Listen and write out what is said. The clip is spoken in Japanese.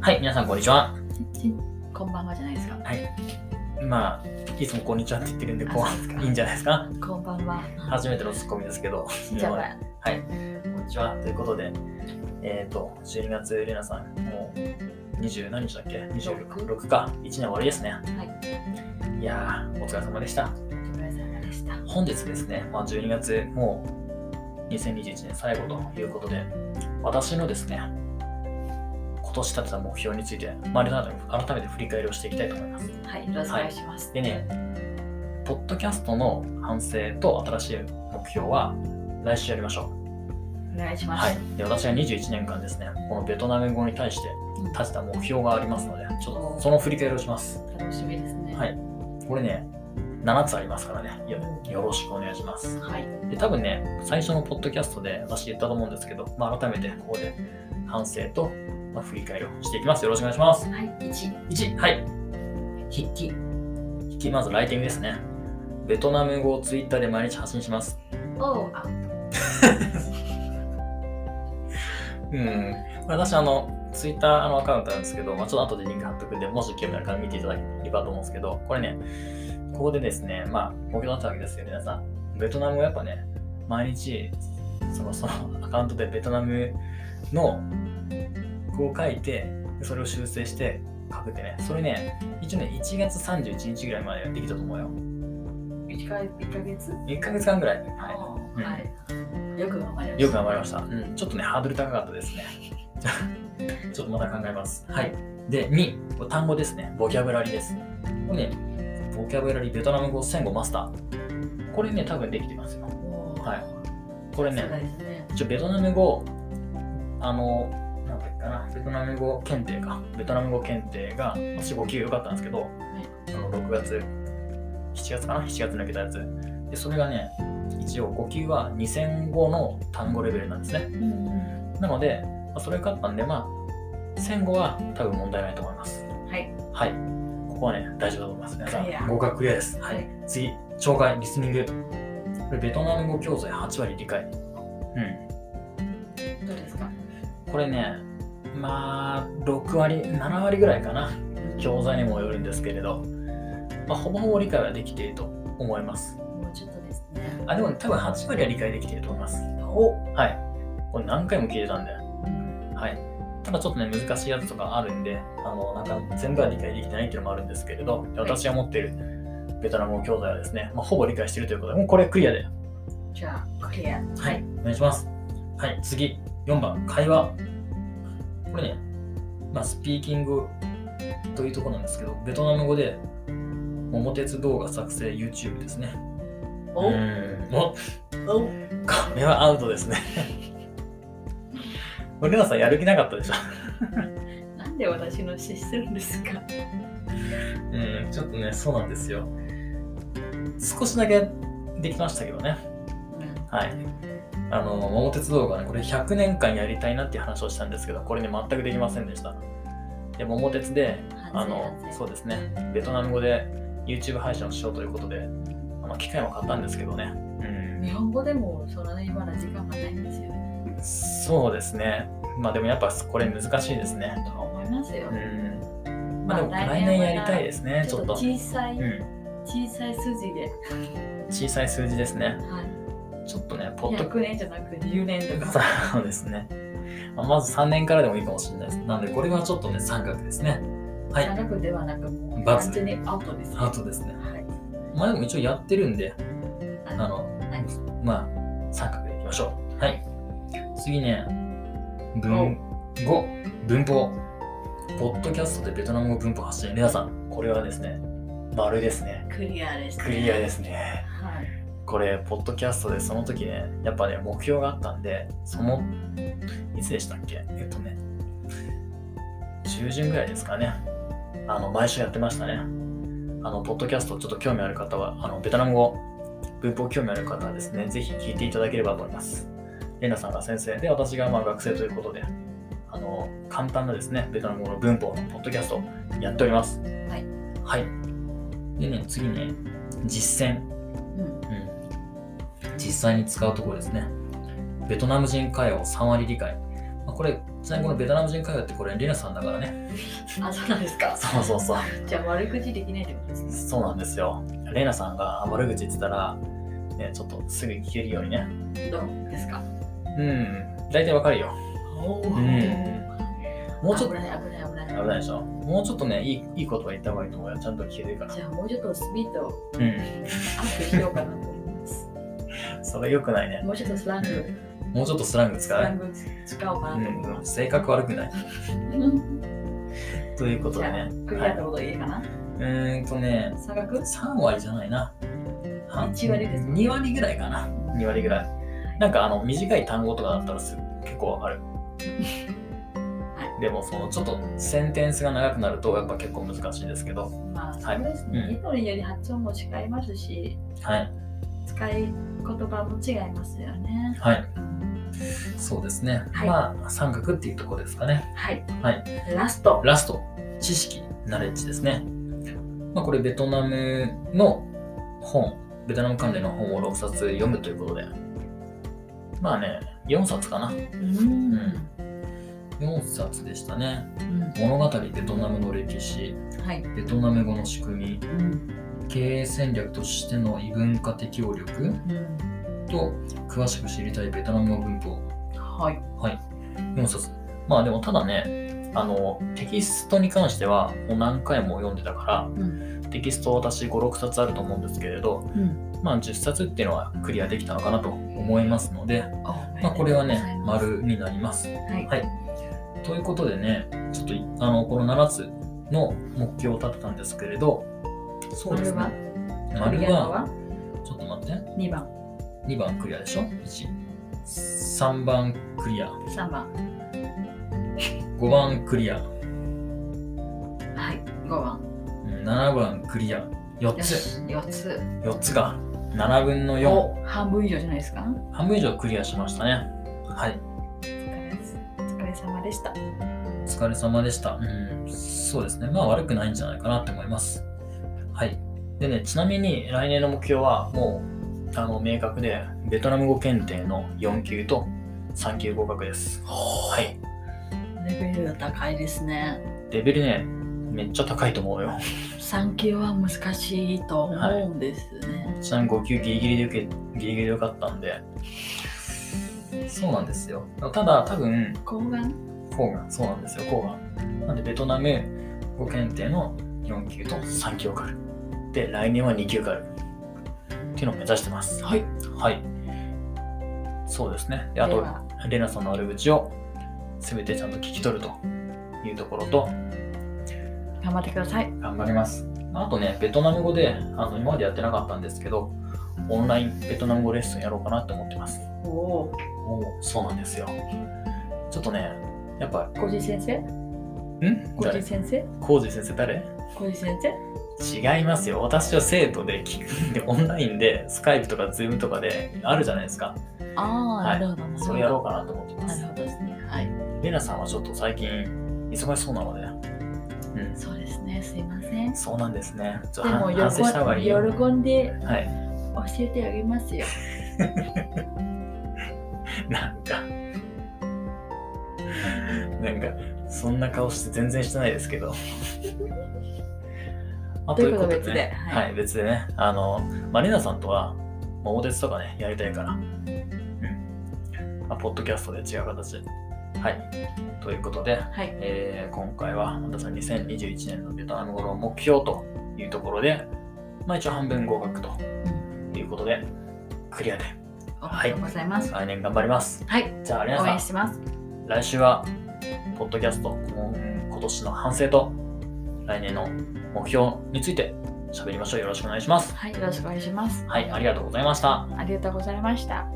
はい、皆さんこんにちは。ちこんばんはじゃないですか。はい。まあ、いつもこんにちはって言ってるんで、こあそうですう、かいいんじゃないですか。こんばんは。初めてのツッコミですけど。じゃあ、はい。こんにちは。ということで、えっ、と、12月、レナさん、もう、20何日だっけ ?26 か。1年終わりですね。いやー、お疲れ様でした。お疲れ様でした。本日ですね、まあ、12月、もう、2021年最後ということで、私のですね、今年立てた目標について、まあ、レナさんに改めて振り返りをしていきたいと思います。はい、よろしくお願いします。でね、ポッドキャストの反省と新しい目標は来週やりましょお願いしう。ます。はい。で、私は21年間ですね、このベトナム語に対してうん立てた目標がありますので、ちょっとその振り返りをします。楽しみですね。。はいい。これね、7つありますからね、よよろしくお願いします。はい。で、多分ね、最初のポッドキャストで私言ったと思うんですけど、まあ、改めてここで反省と、まあ、振り返りをしていきます。よろしくお願いします。はい、一。 1はい筆記筆記まずライティングですねベトナム語をツイッターで毎日発信しますおう、あ、うん私あのツイッターのアカウントなんですけど、まあ、ちょっと後でリンク貼っとくんでもし興味あるから見ていただければと思うんですけどこれねここでですねまあ目標だったわけですよ皆さんベトナム語やっぱね毎日そのそのアカウントでベトナムのこう書いてそれを修正して書くってねそれね一応ね1月31日ぐらいまでやってきたと思うよ一回、一ヶ月。 1ヶ月間ぐらい、ははいはい。よく頑張りました。い、よく頑張りました、うん、ちょっとねハードル高かったですね ちょっとまた考えますはいで2単語ですねボキャブラリーですこれねボキャブラリーベトナム語戦後マスターこれね多分できてますよおーはいこれそねうですね。一応ベトナム語あのなんだっけかなベトナム語検定かベトナム語検定が私5級良かったんですけど、あの6月7月かな7月抜けたやつでそれがね一応5級は2000語の単語レベルなんですねうん。なので、まあそれが勝ったんで、まあ、戦後は多分問題ないと思います。はい。はい。ここはね、大丈夫だと思います。皆さクリアん、合格クリアです。はい。次、聴解、リスニング。これ、ベトナム語教材8割理解。うどうですか。ん。これね、まあ、6割、7割ぐらいかな。教材にもよるんですけれど、まあ、ほぼほぼ理解はできていると思います。もうちょっとですね。あ、でも、ね、多分8割は理解できていると思います。お。はい。これ何回も聞いてたんで。はい。ただちょっとね、難しいやつとかあるんで、あの、なんか全部は理解できてないっていうのもあるんですけれど、ではい私が持っているベトナム語教材はですね、まあ、ほぼ理解しているということで、もうこれクリアで。じゃあ、クリは。ア。い。お願いします。はい、次。4番、会話。これね、まあ、スピーキングというところなんですけど、ベトナム語で、桃鉄動画作成 YouTube ですね。おう。んおお。これはアウト ですね。これレナさんやる気なかったでしょなんで私の視するんですか。うん、ちょっとね、そうなんですよ。少しだけできましたけどね。はい。あの、桃鉄動画ね、これ100年間やりたいなっていう話をしたんですけど、これね、全くできませんでした。で、桃鉄で、あの、そうですね、ベトナム語で YouTube 配信をしようということで、あの機械も買ったんですけどね。うん。日本語でもそんなにまだ時間がないんですよね。そうですね。まあでもやっぱこれ難しいですね。と思いますよう。ん。まあでも来年やりたいですね、ちちょょっっとと。小さい、うん。小さい数字で、小さい数字ですね。はい、ちょっとね、ポッド100年じゃなくて10年とか。そうですね。まあまず3年からでもいいかもしれないです。なので、これはちょっとね、三角ですね。は長い。くではなくもうバ完ツ全にアウトです、ね。ハートですね。はい。まあでも一応やってるんで、ああのの、はいまあ、三角でいきましょう。はい。次ね、文語、文法。ポッドキャストでベトナム語文法発信。皆さん、これはですね、丸ですね。クリアです、ね。。クリアですすね。はい。これ、ポッドキャストでその時ね、やっぱね、目標があったんで、その、いつでしたっけえっとね、中旬ぐらいですかね。あの、毎週やってましたね。あの、ポッドキャスト、ちょっと興味ある方は、あの、ベトナム語、文法興味ある方はですね、ぜひ聞いていただければと思います。レナさんが先生で、私がまあ学生ということで、あの、簡単なですね、ベトナム語の文法のポッドキャストをやっております。はい。はい。でね、次ね、実践。うん。うん実際に使うところですね。ベトナム人会話を3割理解。まあこれ、ちなみにこのベトナム人会話ってこれリナさんだからね。あ、そうなんですか。 そうそうそう。じゃあ悪口できないってことですね。そうなんですよ。レイナさんが悪口言ってたら、ね、ちょっとすぐ聞けるようにね。どうですかうん。大体わかるよ。おお、んもうちょっ危と、ない危ない危危ない。ないでしょ。もうちょっとね、いいいいことは言った方がいいと思うよ。ちゃんと聞けてるからじ。ゃあもうちょっとスピードをうん。アップしようかなと思 います。それ良くないね。もうちょっとスラング、もうちょっとスラングス使ランう。グ使おうかうなと思いまん。す。性格悪くない。ということじでゃあ、ね。クリはアいな。ことでいいかなうーんとね、差額3割じゃないな。半一割です2割ぐらいかな。2割ぐらい。なんかあの短い単語とかだったらす結構わかる。でもそのちょっとセンテンスが長くなるとやっぱ結構難しいですけど。まあ、そうですうんね。ニトリより発音も違いますし、はい。使い言葉も違いますよね。はい。そうですね。はいまあ三角っていうところですかね。はい。はい。ラスト。ラスト。知識、ナレッジですね。まあこれベトナムの本、ベトナム関連の本を6冊読むということで。まあね、4冊かな。うん。 4冊でしたね。うん物語ベトナムの歴史はい。ベトナム語の仕組みうん。経営戦略としての異文化適応力うんと詳しく知りたいベトナム語文法はい。はい4冊まあでもただねあのテキストに関してはもう何回も読んでたから、んテキスト私56冊あると思うんですけれどうん。まあ10冊っていうのはクリアできたのかなと思いますので、ままあ、これはね丸になりますはい。はい。ということでね、ちょっといあのこの7つの目標を立てたんですけれど、そうですね。丸丸山は、はちょっと待って、 2番、 2番クリアでしょ ?1。3番クリア。 3番、 5番クリア。はい、5番。うん7番クリア。4よつ。し、4つ。 4つが7分の4。お半分以上じゃないですか半分以上クリアしましたね。はい。お疲れお疲れ様でした。お疲れ様でした。うん、そうですね。まあ悪くないんじゃないかなって思います。はい。でね、ちなみに来年の目標はもうあの明確で、ベトナム語検定の4級と3級合格です。はい。レベルが高いですね。レベルね、めっちゃ高いと思うよ。 3級は難しいと思うんですね。ちなみに5級ギリギリで受け、ギリギリで受かったんで。そうなんですよ。ただ、多分、抗がん抗がん、そうなんですよ、抗がん。なんで、ベトナム語検定の4級と3級を受かる。で、来年は2級受かる。っていうのを目指してます。はい。はい。そうですね。であとで、はレナさんの悪口を全てちゃんと聞き取るというところと、頑張ってください。頑張ります。あとね、ベトナム語で、あの、今までやってなかったんですけど、オンラインベトナム語レッスンやろうかなと思ってます。おおー、おお、そうなんですよ。ちょっとね、やっぱ、小路先生ん小路誰先生コージ先生誰小路先生違いますよ。私は生徒で聞くんで、オンラインで、スカイプとかズームとかであるじゃないですか。ああ、はいなるほど。それやろうかなと思ってまなるす。ほどですね。はい。レナさんはちょっと最近、忙しそうなので。うん。そうですね。すいません。でそうなんですね。ちょっとも反反省した方がいいよ。喜んではい。教えてあげますよ。なんか、なんか、そんな顔して全然してないです けど。あということは別でねははいい、別でね。あの、まあ、レナさんとは、まあ、大鉄とかね、やりたいから。うん。まあ、ポッドキャストで違う形で。はい。ということで、はい。えー今回は、私は2021年のベトナム語の目標というところで、まあ、一応半分合格ということで、クリアで、おめでとうございます。来年頑張ります。はい。じゃあ、レナ応さん援。してます。来週は、ポッドキャスト、この今年の反省と、来年の目標について喋りましょう。よろしくお願いします。はい。よろしくお願いします。はい、ありがとうございました。ありがとうございました。